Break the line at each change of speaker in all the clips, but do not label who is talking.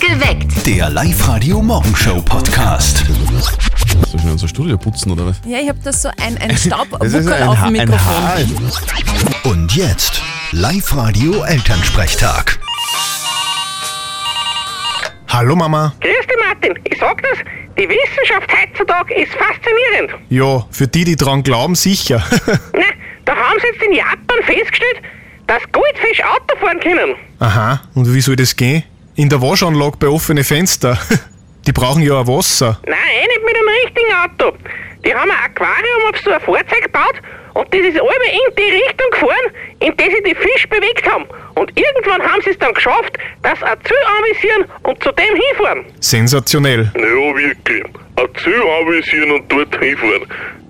Geweckt.
Der Live-Radio-Morgenshow-Podcast.
Soll ich mir unser Studio putzen oder was?
Ja, ich habe da so ein, ein
Das ist
Staubwuckel
ein,
auf
Ha-
dem
ein Haar.
Mikrofon.
Und jetzt Live-Radio-Elternsprechtag.
Hallo Mama.
Grüß dich, Martin. Ich sag das, die Wissenschaft heutzutage ist faszinierend.
Ja, für die, die dran glauben, sicher.
Na, da haben sie jetzt in Japan festgestellt, dass Goldfisch Auto fahren können.
Aha, und wie soll das gehen? In der Waschanlage bei offene Fenster. Die brauchen ja auch Wasser.
Nein, eh nicht mit einem richtigen Auto. Die haben ein Aquarium auf so ein Fahrzeug gebaut und das ist alle in die Richtung gefahren, in die sie die Fische bewegt haben. Und irgendwann haben sie es dann geschafft, das ein Ziel anvisieren und zu dem hinfahren.
Sensationell.
Ja, wirklich. Ein Ziel anvisieren und dort hinfahren.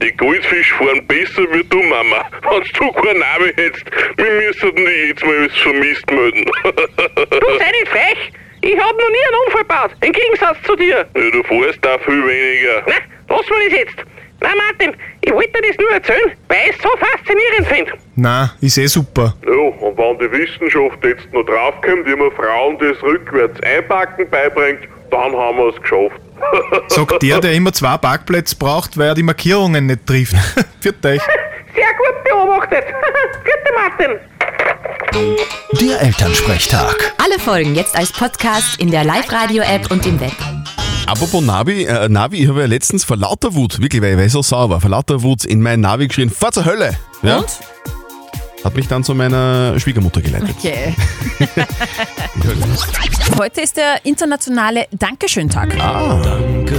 Die Goldfische fahren besser wie du, Mama. Wenn du keinen Namen hättest, wir müssten dich jetzt mal als vermisst melden.
Du sei nicht frech. Ich hab noch nie einen Unfall gebaut, im Gegensatz zu dir.
ja, du fährst da viel weniger.
Na, lass mal das jetzt. Nein, Martin, ich wollte dir das nur erzählen, weil ich es so faszinierend finde.
Na, ist eh super.
Ja, und wenn die Wissenschaft jetzt noch draufkommt, wie man Frauen das rückwärts einpacken beibringt, dann haben wir es geschafft.
Sagt der, der immer zwei Parkplätze braucht, weil er die Markierungen nicht trifft. Für dich.
Sehr gut beobachtet. Gute Martin.
Der Elternsprechtag.
Alle Folgen jetzt als Podcast in der Live-Radio-App und im Web.
Apropos Navi, äh, Navi, ich habe ja letztens vor lauter Wut, wirklich, weil ich war so sauber, vor lauter Wut in mein Navi geschrien, fahr zur Hölle! Ja?
Und?
Hat mich dann zu meiner Schwiegermutter geleitet.
Okay. Heute ist der internationale Dankeschön-Tag.
Ah,
Danke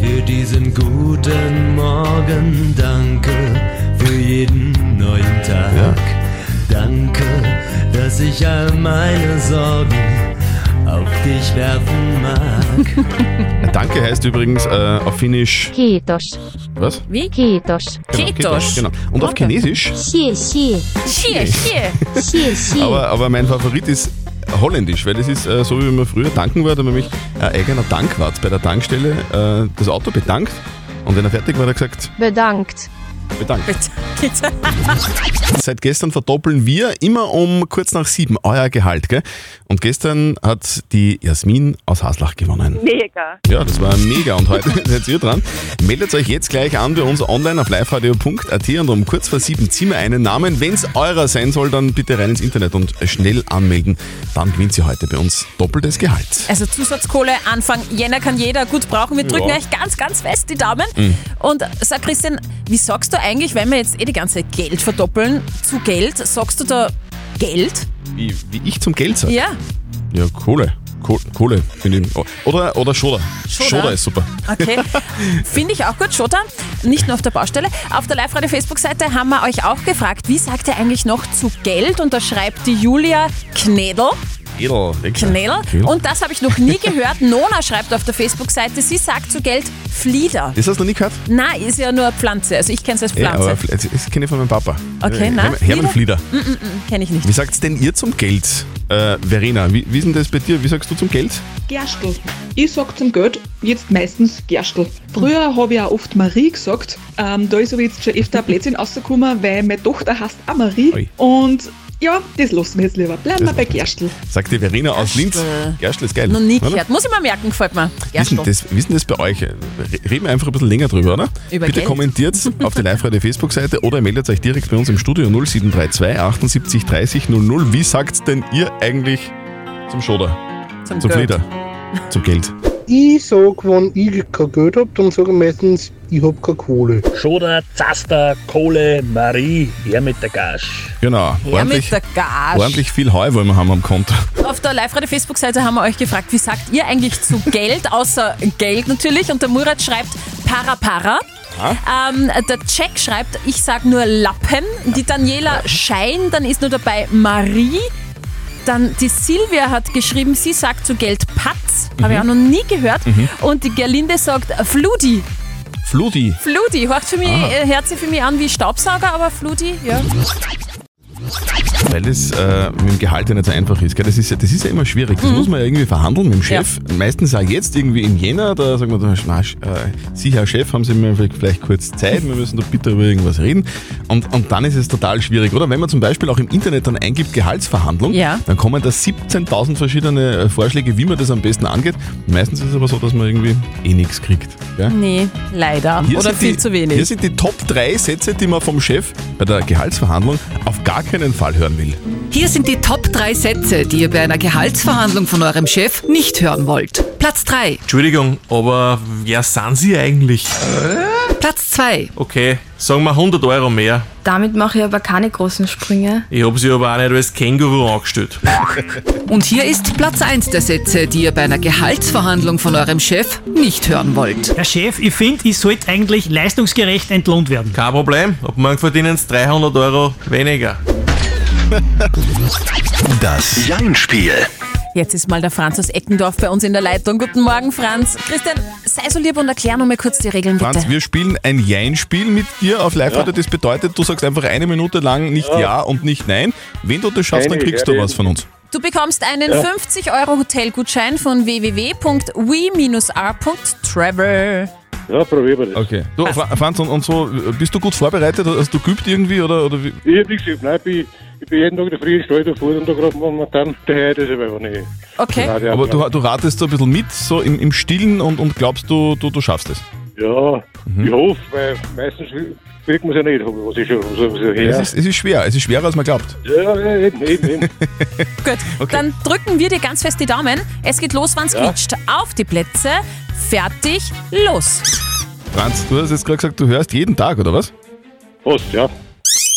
für diesen guten Morgen, danke für jeden neuen Tag.
Ja.
Danke, dass ich all meine Sorgen auf dich werfen mag.
Danke heißt übrigens äh, auf Finnisch,
Kiitos.
was?
Wie?
Kiitos.
Genau,
Kitos.
Genau. Und auf
Danke.
Chinesisch,
Xie, xie,
Hier, hier.
xie, xie.
aber, aber mein Favorit ist Holländisch, weil das ist äh, so, wie man früher danken war, da man mich äh, eigener Dankwart bei der Tankstelle äh, das Auto bedankt und wenn er fertig war, hat er gesagt,
Bedankt.
bedankt.
Bitte, bitte.
Seit gestern verdoppeln wir immer um kurz nach sieben euer Gehalt, gell? Und gestern hat die Jasmin aus Haslach gewonnen.
Mega.
Ja, das war mega. Und heute seid ihr dran. Meldet euch jetzt gleich an bei uns online auf liveradio.at und um kurz vor sieben ziehen wir einen Namen. Wenn es eurer sein soll, dann bitte rein ins Internet und schnell anmelden. Dann gewinnt sie heute bei uns doppeltes Gehalt.
Also Zusatzkohle, Anfang Jänner kann jeder gut brauchen. Wir drücken
Ja.
euch ganz, ganz fest die Daumen.
Mhm.
Und sag Christian, wie sagst du eigentlich, wenn wir jetzt eh die ganze Zeit Geld verdoppeln, zu Geld, sagst du da Geld?
Wie, wie ich zum Geld sage.
Ja.
Ja, Kohle. Ko- Kohle, finde ich. Oder, oder Schoda.
Schoda?
Schoda ist super.
Okay. Finde ich auch gut, Schotter. Nicht nur auf der Baustelle. Auf der Live-Radio-Facebook-Seite haben wir euch auch gefragt, wie sagt ihr eigentlich noch zu Geld? Und da schreibt die Julia Knedel.
Edel.
Knedel. Und das habe ich noch nie gehört. Nona schreibt auf der Facebook-Seite, sie sagt zu Geld Flieder.
das hast du noch nie gehört?
Na, ist ja nur eine Pflanze. Also ich kenne es als
Ja, aber
Pflanze.
vielleicht- das kenne ich von meinem Papa.
Okay,
Äh,
na, Hm?
Hermann- Hermann
Flieder?
Flieder.
kenne ich nicht.
Wie sagt's denn ihr zum Geld? Äh, Verena, wie, wie ist denn das bei dir? Wie sagst du zum Geld?
Gerstl. Ich sag zum Geld jetzt meistens Gerstl. Früher habe ich auch oft Marie gesagt. Ähm, da ist aber jetzt schon öfter ein Blödsinn rausgekommen, weil meine Tochter heißt auch Marie.
Ui.
Und ja, das lassen wir jetzt lieber. Bleiben
Das
wir bei
lassen wir.
Gerstl.
Sagt die Verena aus Linz. Gerstl ist geil.
Noch nie
oder?
gehört. Muss ich mal merken, gefällt mir.
Wissen
Gerstl.
das, wissen das bei euch? Re- Reden wir einfach ein bisschen länger drüber, oder?
Über
Bitte
Geld?
kommentiert auf der Live-Radio Facebook-Seite oder meldet euch direkt bei uns im Studio 0732 78 30 00. Wie sagt's denn ihr eigentlich zum Schoda?
Zum,
Zum
Geld.
Flieder? Zum Geld?
Ich sag, wenn ich kein Geld hab, dann sage ich meistens, ich hab keine Kohle.
Schoder, Zaster, Kohle, Marie, her mit der Gasch.
Genau.
Her mit der Gage.
ordentlich viel Heu wollen wir haben am Konto.
Auf der Live-Radio-Facebook-Seite haben wir euch gefragt, wie sagt ihr eigentlich zu Geld, außer Geld natürlich. Und der Murat schreibt Para Para.
Ah.
Ähm, der Jack schreibt, ich sag nur Lappen. Die Daniela Schein, dann ist nur dabei Marie. Dann die Silvia hat geschrieben, sie sagt zu Geld Patz. Habe
Mhm.
ich auch noch nie gehört. Und die Gerlinde sagt Fludi.
Fludi. Ah.
Fludi. Hört für mich, äh, hört sich für mich an wie Staubsauger, aber Fludi, ja.
weil das äh, mit dem Gehalt ja nicht so einfach ist. Gell? Das, ist ja, das ist ja immer schwierig. Das muss man Mhm. ja irgendwie verhandeln mit dem Chef. Meistens auch jetzt irgendwie im Jänner, da sagt man, dann, na, Sch- äh, Sie, Herr Chef, haben Sie mir vielleicht- vielleicht kurz Zeit, wir müssen da bitte über irgendwas reden. Und, und dann ist es total schwierig, oder? Wenn man zum Beispiel auch im Internet dann eingibt Gehaltsverhandlung,
Ja.
dann kommen da 17.000 verschiedene äh, Vorschläge, wie man das am besten angeht. Meistens ist es aber so, dass man irgendwie eh nichts kriegt. Gell?
Nee, leider.
Hier
Oder
sind
viel
die,
zu
Hier
wenig.
sind die Top 3 Sätze, die man vom Chef bei der Gehaltsverhandlung auf gar keinen Fall hören will.
Hier sind die Top 3 Sätze, die ihr bei einer Gehaltsverhandlung von eurem Chef nicht hören wollt. Platz 3,
Entschuldigung, aber wer sind Sie eigentlich?
Platz 2,
Okay, sagen wir 100 Euro mehr.
Damit mache ich aber keine großen Sprünge.
Ich hab Sie aber auch nicht als Känguru angestellt.
Und hier ist Platz 1 der Sätze, die ihr bei einer Gehaltsverhandlung von eurem Chef nicht hören wollt.
Herr Chef, ich finde, ich sollte eigentlich leistungsgerecht entlohnt werden.
Kein Problem, ab morgen verdienen Sie 300 Euro weniger.
Das Jein-Spiel.
Jetzt ist mal der Franz aus Eckendorf bei uns in der Leitung. Guten Morgen, Franz. Christian, sei so lieb und erklär noch mal kurz die Regeln, bitte.
Franz, wir spielen ein Jein-Spiel mit dir auf live -Radio. Das bedeutet, du sagst einfach eine Minute lang nicht Ja, und nicht Nein. Wenn du das schaffst, dann
Keine
kriegst du
Herren.
was von uns.
Du bekommst einen 50-Euro-Hotelgutschein von www.we-r.travel.
Ja, probieren wir das.
Okay. Du, Fra Franz, und, und so, äh, bist du gut vorbereitet? Hast du geübt irgendwie? Oder, oder wie?
Ich hab nichts gesagt, nein, ich bin, ich bin jeden Tag in der Früh in den Stall, da vorne und da gerade momentan, daher das ist einfach nicht.
Okay.
Radio.
Aber du, du ratest so ein bisschen mit, so im, im Stillen und, und glaubst du, du, du schaffst es.
Ja, ich hoffe, weil meistens kriegt man es ja nicht, was ich schon so, so
Es,
her.
ist, es ist schwer, es ist schwerer, als man glaubt.
Ja, ja, eben, eben, eben.
Gut. Dann drücken wir dir ganz fest die Daumen. Es geht los, wann's quietscht. Auf die Plätze. Fertig. Los.
Franz, du hast jetzt gerade gesagt, du hörst jeden Tag, oder was?
Fast, ja.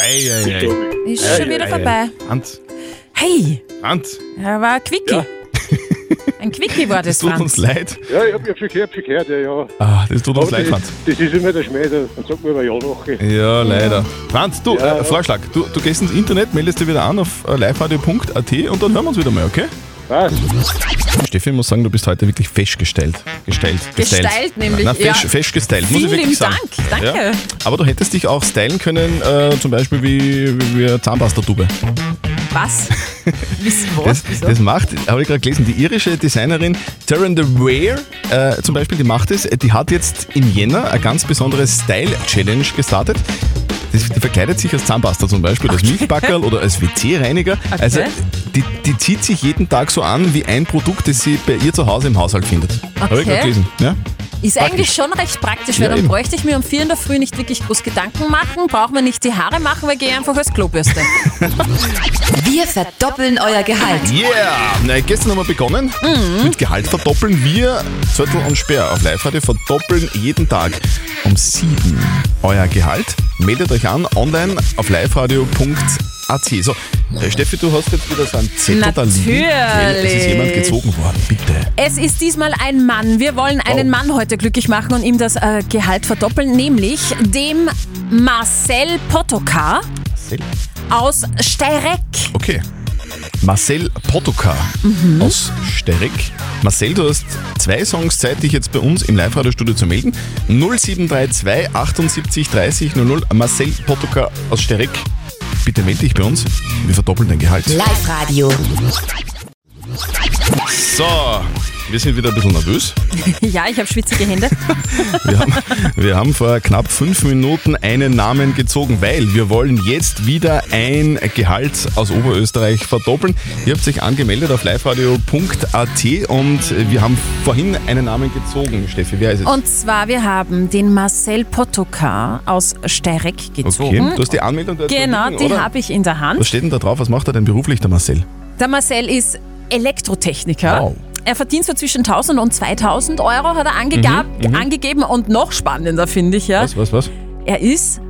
Ei, ei, ei.
Ist schon wieder vorbei.
Franz,
Hey,
Franz,
er war ein Quickie. Ein Quickie war
es
das,
tut uns
Franz.
leid.
Ja, ich hab ja viel gehört, viel gehört, ja, ja.
Ah, das tut uns leid,
das,
Franz.
ist- das ist immer der Schmäh, da- dann sagt man immer ja nachher.
Ja, leider. Franz, du,
Ja,
äh,
ja.
Vorschlag. Du, du gehst ins Internet, meldest dich wieder an auf äh, liveradio.at und dann hören wir uns wieder mal, okay?
Was?
Steffi, ich muss sagen, du bist heute wirklich festgestellt. Gestellt.
Gestylt
gestylt.
nämlich,
Na, fesch,
ja.
festgestellt, muss ich
Vielen
wirklich
lieben
sagen.
Dank, danke.
Aber du hättest dich auch stylen können, äh, zum Beispiel wie, wie, wie eine Zahnpastatube.
Was? Wissen was?
Das,
Wieso?
das macht, habe ich gerade gelesen, die irische Designerin Taryn de Weir äh, zum Beispiel, die macht es, die hat jetzt im Jänner eine ganz besondere Style-Challenge gestartet. Das, die verkleidet sich als Zahnpasta zum Beispiel, als Milchbackerl oder als WC-Reiniger.
Okay.
Also die, die zieht sich jeden Tag so an wie ein Produkt, das sie bei ihr zu Hause im Haushalt findet. Habe ich
Okay.
gerade gelesen. Ja?
Ist eigentlich schon recht praktisch, weil
Ja,
dann
eben.
bräuchte ich mir um vier in der Früh nicht wirklich groß Gedanken machen, braucht man nicht die Haare machen, weil gehe einfach als Klobürste.
Wir verdoppeln euer Gehalt.
Yeah! Na, gestern haben wir begonnen. Mit Gehalt verdoppeln wir Zettel und Speer auf Live-Radio. Verdoppeln jeden Tag um sieben euer Gehalt. Meldet euch an online auf liveradio.at. So, äh, Steffi, du hast jetzt wieder so einen Zettel da liegen. weil Es ist jemand
Natürlich.
gezogen worden, bitte.
Es ist diesmal ein Mann. Wir wollen einen
Oh.
Mann heute glücklich machen und ihm das äh, Gehalt verdoppeln, nämlich dem Marcel Potokar aus Steyrek.
Okay. Marcel Potoka aus Sterek. Marcel, du hast zwei Songs Zeit, dich jetzt bei uns im Live-Radio-Studio zu melden. 0732 78 30 00. Marcel Potoka aus Sterek, bitte melde dich bei uns. Wir verdoppeln dein Gehalt.
Live Radio.
So, wir sind wieder ein bisschen nervös.
ja, ich habe schwitzige Hände.
Wir haben, wir haben vor knapp fünf Minuten einen Namen gezogen, weil wir wollen jetzt wieder ein Gehalt aus Oberösterreich verdoppeln. Ihr habt euch angemeldet auf liveradio.at und wir haben vorhin einen Namen gezogen. Steffi, wer ist es?
Und zwar, wir haben den Marcel Potokar aus Steyrek
Okay,
gezogen.
du hast die Anmeldung da jetzt
Genau,
noch liegen,
die
oder?
habe ich in der Hand.
Was steht denn da drauf? Was macht er denn beruflich, der Marcel?
Der Marcel ist Elektrotechniker.
Wow.
Er verdient so zwischen 1000 und 2000 Euro, hat er angegab, angegeben. Und noch spannender finde ich ja,
Mhm, Was, was, was?
er ist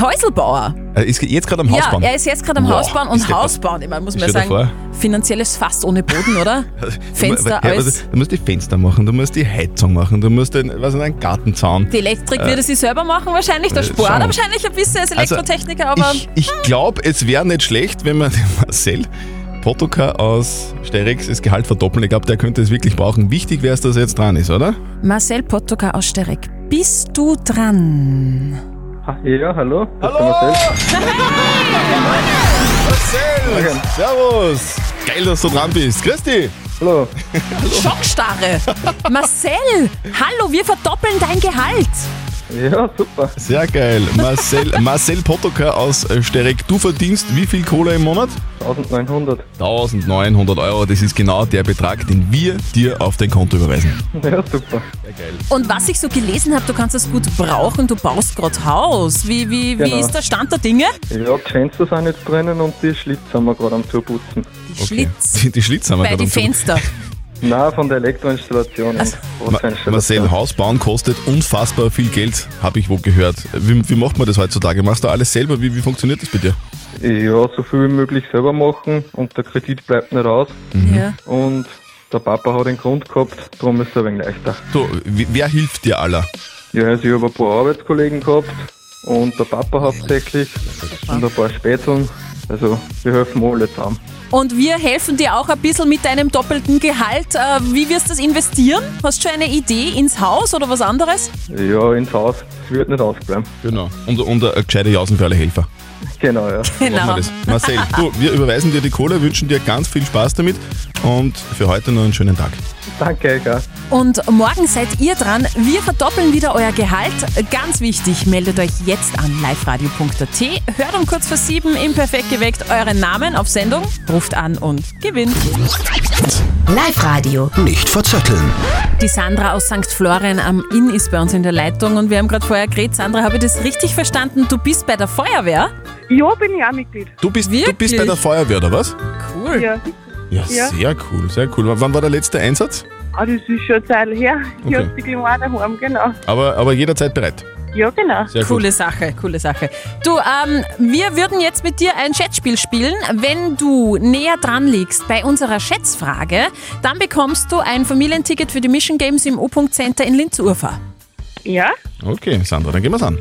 Häuselbauer.
Er ist jetzt gerade am Hausbahn.
Ja, er ist jetzt gerade am
Wow,
Hausbauen
ist
und
der
Hausbauen. Ich meine, muss
Ich
man
stell dir
sagen, finanzielles Fass ohne Boden, oder? Fenster,
Ja,
alles.
also, Du musst die Fenster machen, du musst die Heizung machen, du musst den, was, einen Gartenzaun.
Die Elektrik wird er sich selber machen wahrscheinlich, der
äh,
Sport
schauen wir.
wahrscheinlich ein bisschen als
Also,
Elektrotechniker, aber
Ich, ich glaube, es wäre nicht schlecht, wenn man den Marcel Potoka aus Sterex das Gehalt verdoppeln. Ich glaube, der könnte es wirklich brauchen. Wichtig wäre es, dass er jetzt dran ist, oder?
Marcel Pottoka aus Sterek, bist du dran?
Ja, hallo? Hallo!
Marcel, servus. Geil, dass du dran bist. Christi.
Hallo.
Schockstarre. Marcel, hallo, wir verdoppeln dein Gehalt.
Ja, super. Sehr geil. Marcel, Marcel Potoka aus äh, Sterek, du verdienst wie viel Kohle im Monat? 1900. 1900 Euro, das ist genau der Betrag, den wir dir auf dein Konto überweisen.
Ja, super.
Sehr geil.
Und was ich so gelesen habe, du kannst das gut brauchen, du baust gerade Haus. Wie, wie,
Genau.
wie ist der Stand der Dinge?
Ja, die Fenster sind jetzt drinnen und die Schlitz sind wir gerade am Zuputzen.
Die Schlitz?
Die, die Schlitz haben wir
Bei
gerade um
die
am Zug-
Fenster.
Nein, von der Elektroinstallation.
Also,
und
Ma Marcel, Haus bauen kostet unfassbar viel Geld, habe ich wohl gehört. Wie, wie macht man das heutzutage? Machst du alles selber? Wie, wie funktioniert das bei dir?
Ja, so viel wie möglich selber machen und der Kredit bleibt nicht aus.
Ja.
Und der Papa hat einen Grund gehabt, darum ist es ein wenig leichter.
So, wer hilft dir aller?
Ja, also ich habe ein paar Arbeitskollegen gehabt und der Papa hauptsächlich und ein paar Späteln. Also wir helfen alle zusammen.
Und wir helfen dir auch ein bisschen mit deinem doppelten Gehalt. Äh, Wie wirst du das investieren? Hast du schon eine Idee ins Haus oder was anderes?
Ja, ins Haus, es wird nicht ausbleiben.
Genau. Und, und eine gescheite Jausen für alle Helfer.
Genau, ja.
Genau. Machen wir das. Marcel, du, wir überweisen dir die Kohle, wünschen dir ganz viel Spaß damit und für heute noch einen schönen Tag.
Danke, Elga.
Und morgen seid ihr dran. Wir verdoppeln wieder euer Gehalt. Ganz wichtig, meldet euch jetzt an liveradio.at. Hört um kurz vor sieben im Perfekt geweckt euren Namen auf Sendung, ruft an und gewinnt.
Live Radio.
Nicht verzetteln.
Die Sandra aus St. Florian am Inn ist bei uns in der Leitung und wir haben gerade vorher geredet. Sandra, habe ich das richtig verstanden? Du bist bei der Feuerwehr?
Ja, bin ich auch Mitglied.
Du bist, du bist bei der Feuerwehr, oder was?
Cool. Ja.
Ja,
Ja.
sehr cool, sehr cool. W- Wann war der letzte Einsatz?
Ah, das ist schon eine Zeit her. Ich
Okay.
hab die Kleine daheim, genau.
Aber, aber jederzeit bereit.
Ja, genau.
Sehr
coole
gut.
Sache, coole Sache. Du, ähm, wir würden jetzt mit dir ein Schätzspiel spielen. Wenn du näher dran liegst bei unserer Schätzfrage, dann bekommst du ein Familienticket für die Mission Games im U-Punkt Center in Linz-Urfa.
Ja.
Okay, Sandra, dann gehen wir's an.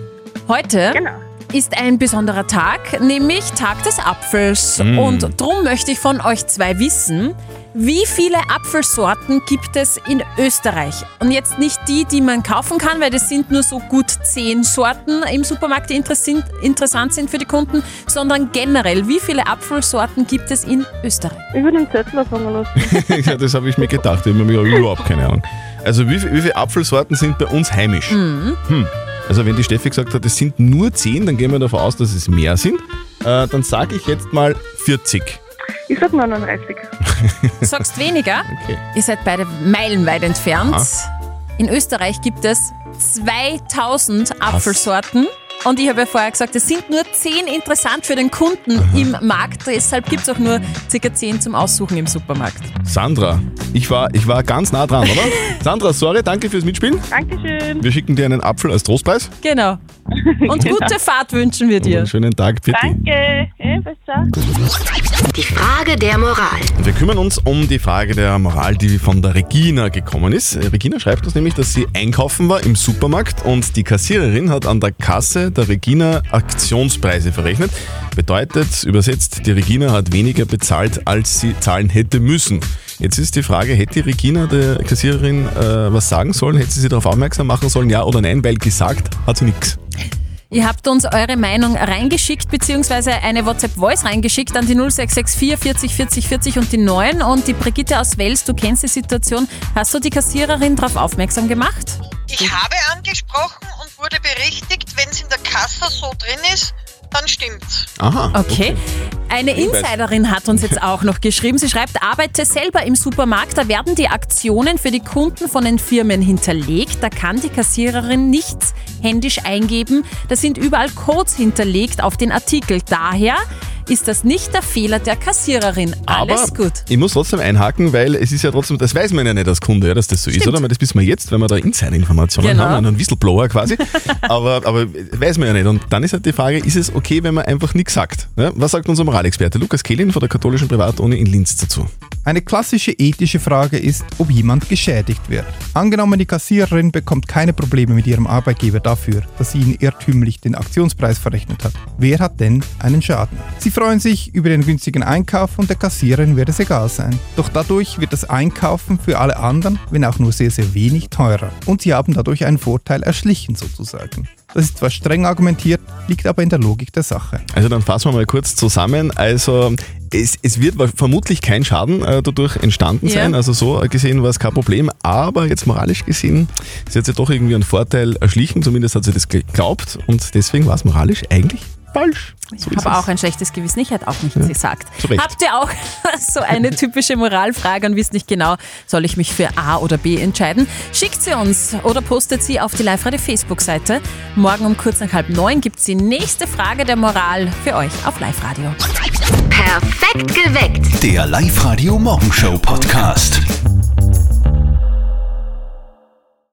Heute
Genau.
ist ein besonderer Tag, nämlich Tag des Apfels.
Mm.
Und drum möchte ich von euch zwei wissen, wie viele Apfelsorten gibt es in Österreich? Und jetzt nicht die, die man kaufen kann, weil das sind nur so gut zehn Sorten im Supermarkt, die interessant, interessant sind für die Kunden, sondern generell, wie viele Apfelsorten gibt es in Österreich?
Ich würde den Zettel anfangen lassen.
ja, das habe ich mir gedacht. Ich habe überhaupt keine Ahnung. Also, wie, viel- wie viele Apfelsorten sind bei uns heimisch?
Mhm.
Hm. Also, wenn die Steffi gesagt hat, es sind nur 10, dann gehen wir davon aus, dass es mehr sind. Äh, dann sage ich jetzt mal 40.
Ich sag 39.
Sagst weniger?
Okay.
Ihr seid beide meilenweit entfernt.
Aha.
In Österreich gibt es 2000 Apfelsorten. Und ich habe ja vorher gesagt, es sind nur 10 interessant für den Kunden im Markt. Deshalb gibt es auch nur ca. 10 zum Aussuchen im Supermarkt.
Sandra, ich war, ich war ganz nah dran, oder? Sandra, sorry, danke fürs Mitspielen.
Dankeschön.
Wir schicken dir einen Apfel als Trostpreis.
Genau. Und gute Fahrt wünschen wir dir.
Einen schönen Tag, bitte.
Danke. Ebenfalls. ciao.
Die Frage der Moral.
Wir kümmern uns um die Frage der Moral, die von der Regina gekommen ist. Äh, Regina schreibt uns nämlich, dass sie einkaufen war im Supermarkt und die Kassiererin hat an der Kasse der Regina Aktionspreise verrechnet. Bedeutet, übersetzt, die Regina hat weniger bezahlt, als sie zahlen hätte müssen. Jetzt ist die Frage, hätte die Regina der Kassiererin äh, was sagen sollen? Hätte sie sie darauf aufmerksam machen sollen, ja oder nein? Weil gesagt hat sie nichts.
Ihr habt uns eure Meinung reingeschickt, beziehungsweise eine WhatsApp-Voice reingeschickt an die 0664 40 40 40 und die 9. Und die Brigitte aus Wels, du kennst die Situation. Hast du die Kassiererin darauf aufmerksam gemacht?
Ich habe angesprochen und wurde berichtigt, wenn es in der Kasse so drin ist, dann stimmt's.
Aha.
Okay. Eine Insiderin hat uns jetzt auch noch geschrieben. Sie schreibt, arbeite selber im Supermarkt. Da werden die Aktionen für die Kunden von den Firmen hinterlegt. Da kann die Kassiererin nichts händisch eingeben. Da sind überall Codes hinterlegt auf den Artikel. Daher ist das nicht der Fehler der Kassiererin. Alles
Aber
gut.
Ich muss trotzdem einhaken, weil es ist ja trotzdem, das weiß man ja nicht als Kunde, ja, dass das so ist, oder? Weil das wissen wir jetzt, wenn wir da Insider-Informationen
Genau.
haben, einen Whistleblower quasi. aber, aber weiß man ja nicht. Und dann ist halt die Frage, ist es okay, wenn man einfach nichts sagt? Ne? Was sagt unser Moralexperte Lukas Kehlin von der katholischen Privatuni in Linz dazu?
Eine klassische ethische Frage ist, ob jemand geschädigt wird. Angenommen, die Kassiererin bekommt keine Probleme mit ihrem Arbeitgeber dafür, dass sie ihn irrtümlich den Aktionspreis verrechnet hat. Wer hat denn einen Schaden? Sie freuen sich über den günstigen Einkauf und der Kassiererin wird es egal sein. Doch dadurch wird das Einkaufen für alle anderen, wenn auch nur sehr, sehr wenig, teurer. Und sie haben dadurch einen Vorteil erschlichen sozusagen. Das ist zwar streng argumentiert, liegt aber in der Logik der Sache.
Also dann fassen wir mal kurz zusammen. Also es, es wird wa- vermutlich kein Schaden äh, dadurch entstanden
Ja.
sein. Also so gesehen war es kein Problem. Aber jetzt moralisch gesehen, sie hat sich doch irgendwie einen Vorteil erschlichen. Zumindest hat sie das geglaubt. Und deswegen war es moralisch eigentlich falsch. So
Ich
ist
habe
es.
auch ein schlechtes Gewissen, ich hätte auch nichts gesagt.
zu Recht.
Habt ihr auch so eine typische Moralfrage und wisst nicht genau, soll ich mich für A oder B entscheiden? Schickt sie uns oder postet sie auf die Live-Radio Facebook-Seite. Morgen um kurz nach halb neun gibt es die nächste Frage der Moral für euch auf Live-Radio.
Perfekt geweckt.
Der Live-Radio Morgenshow Podcast.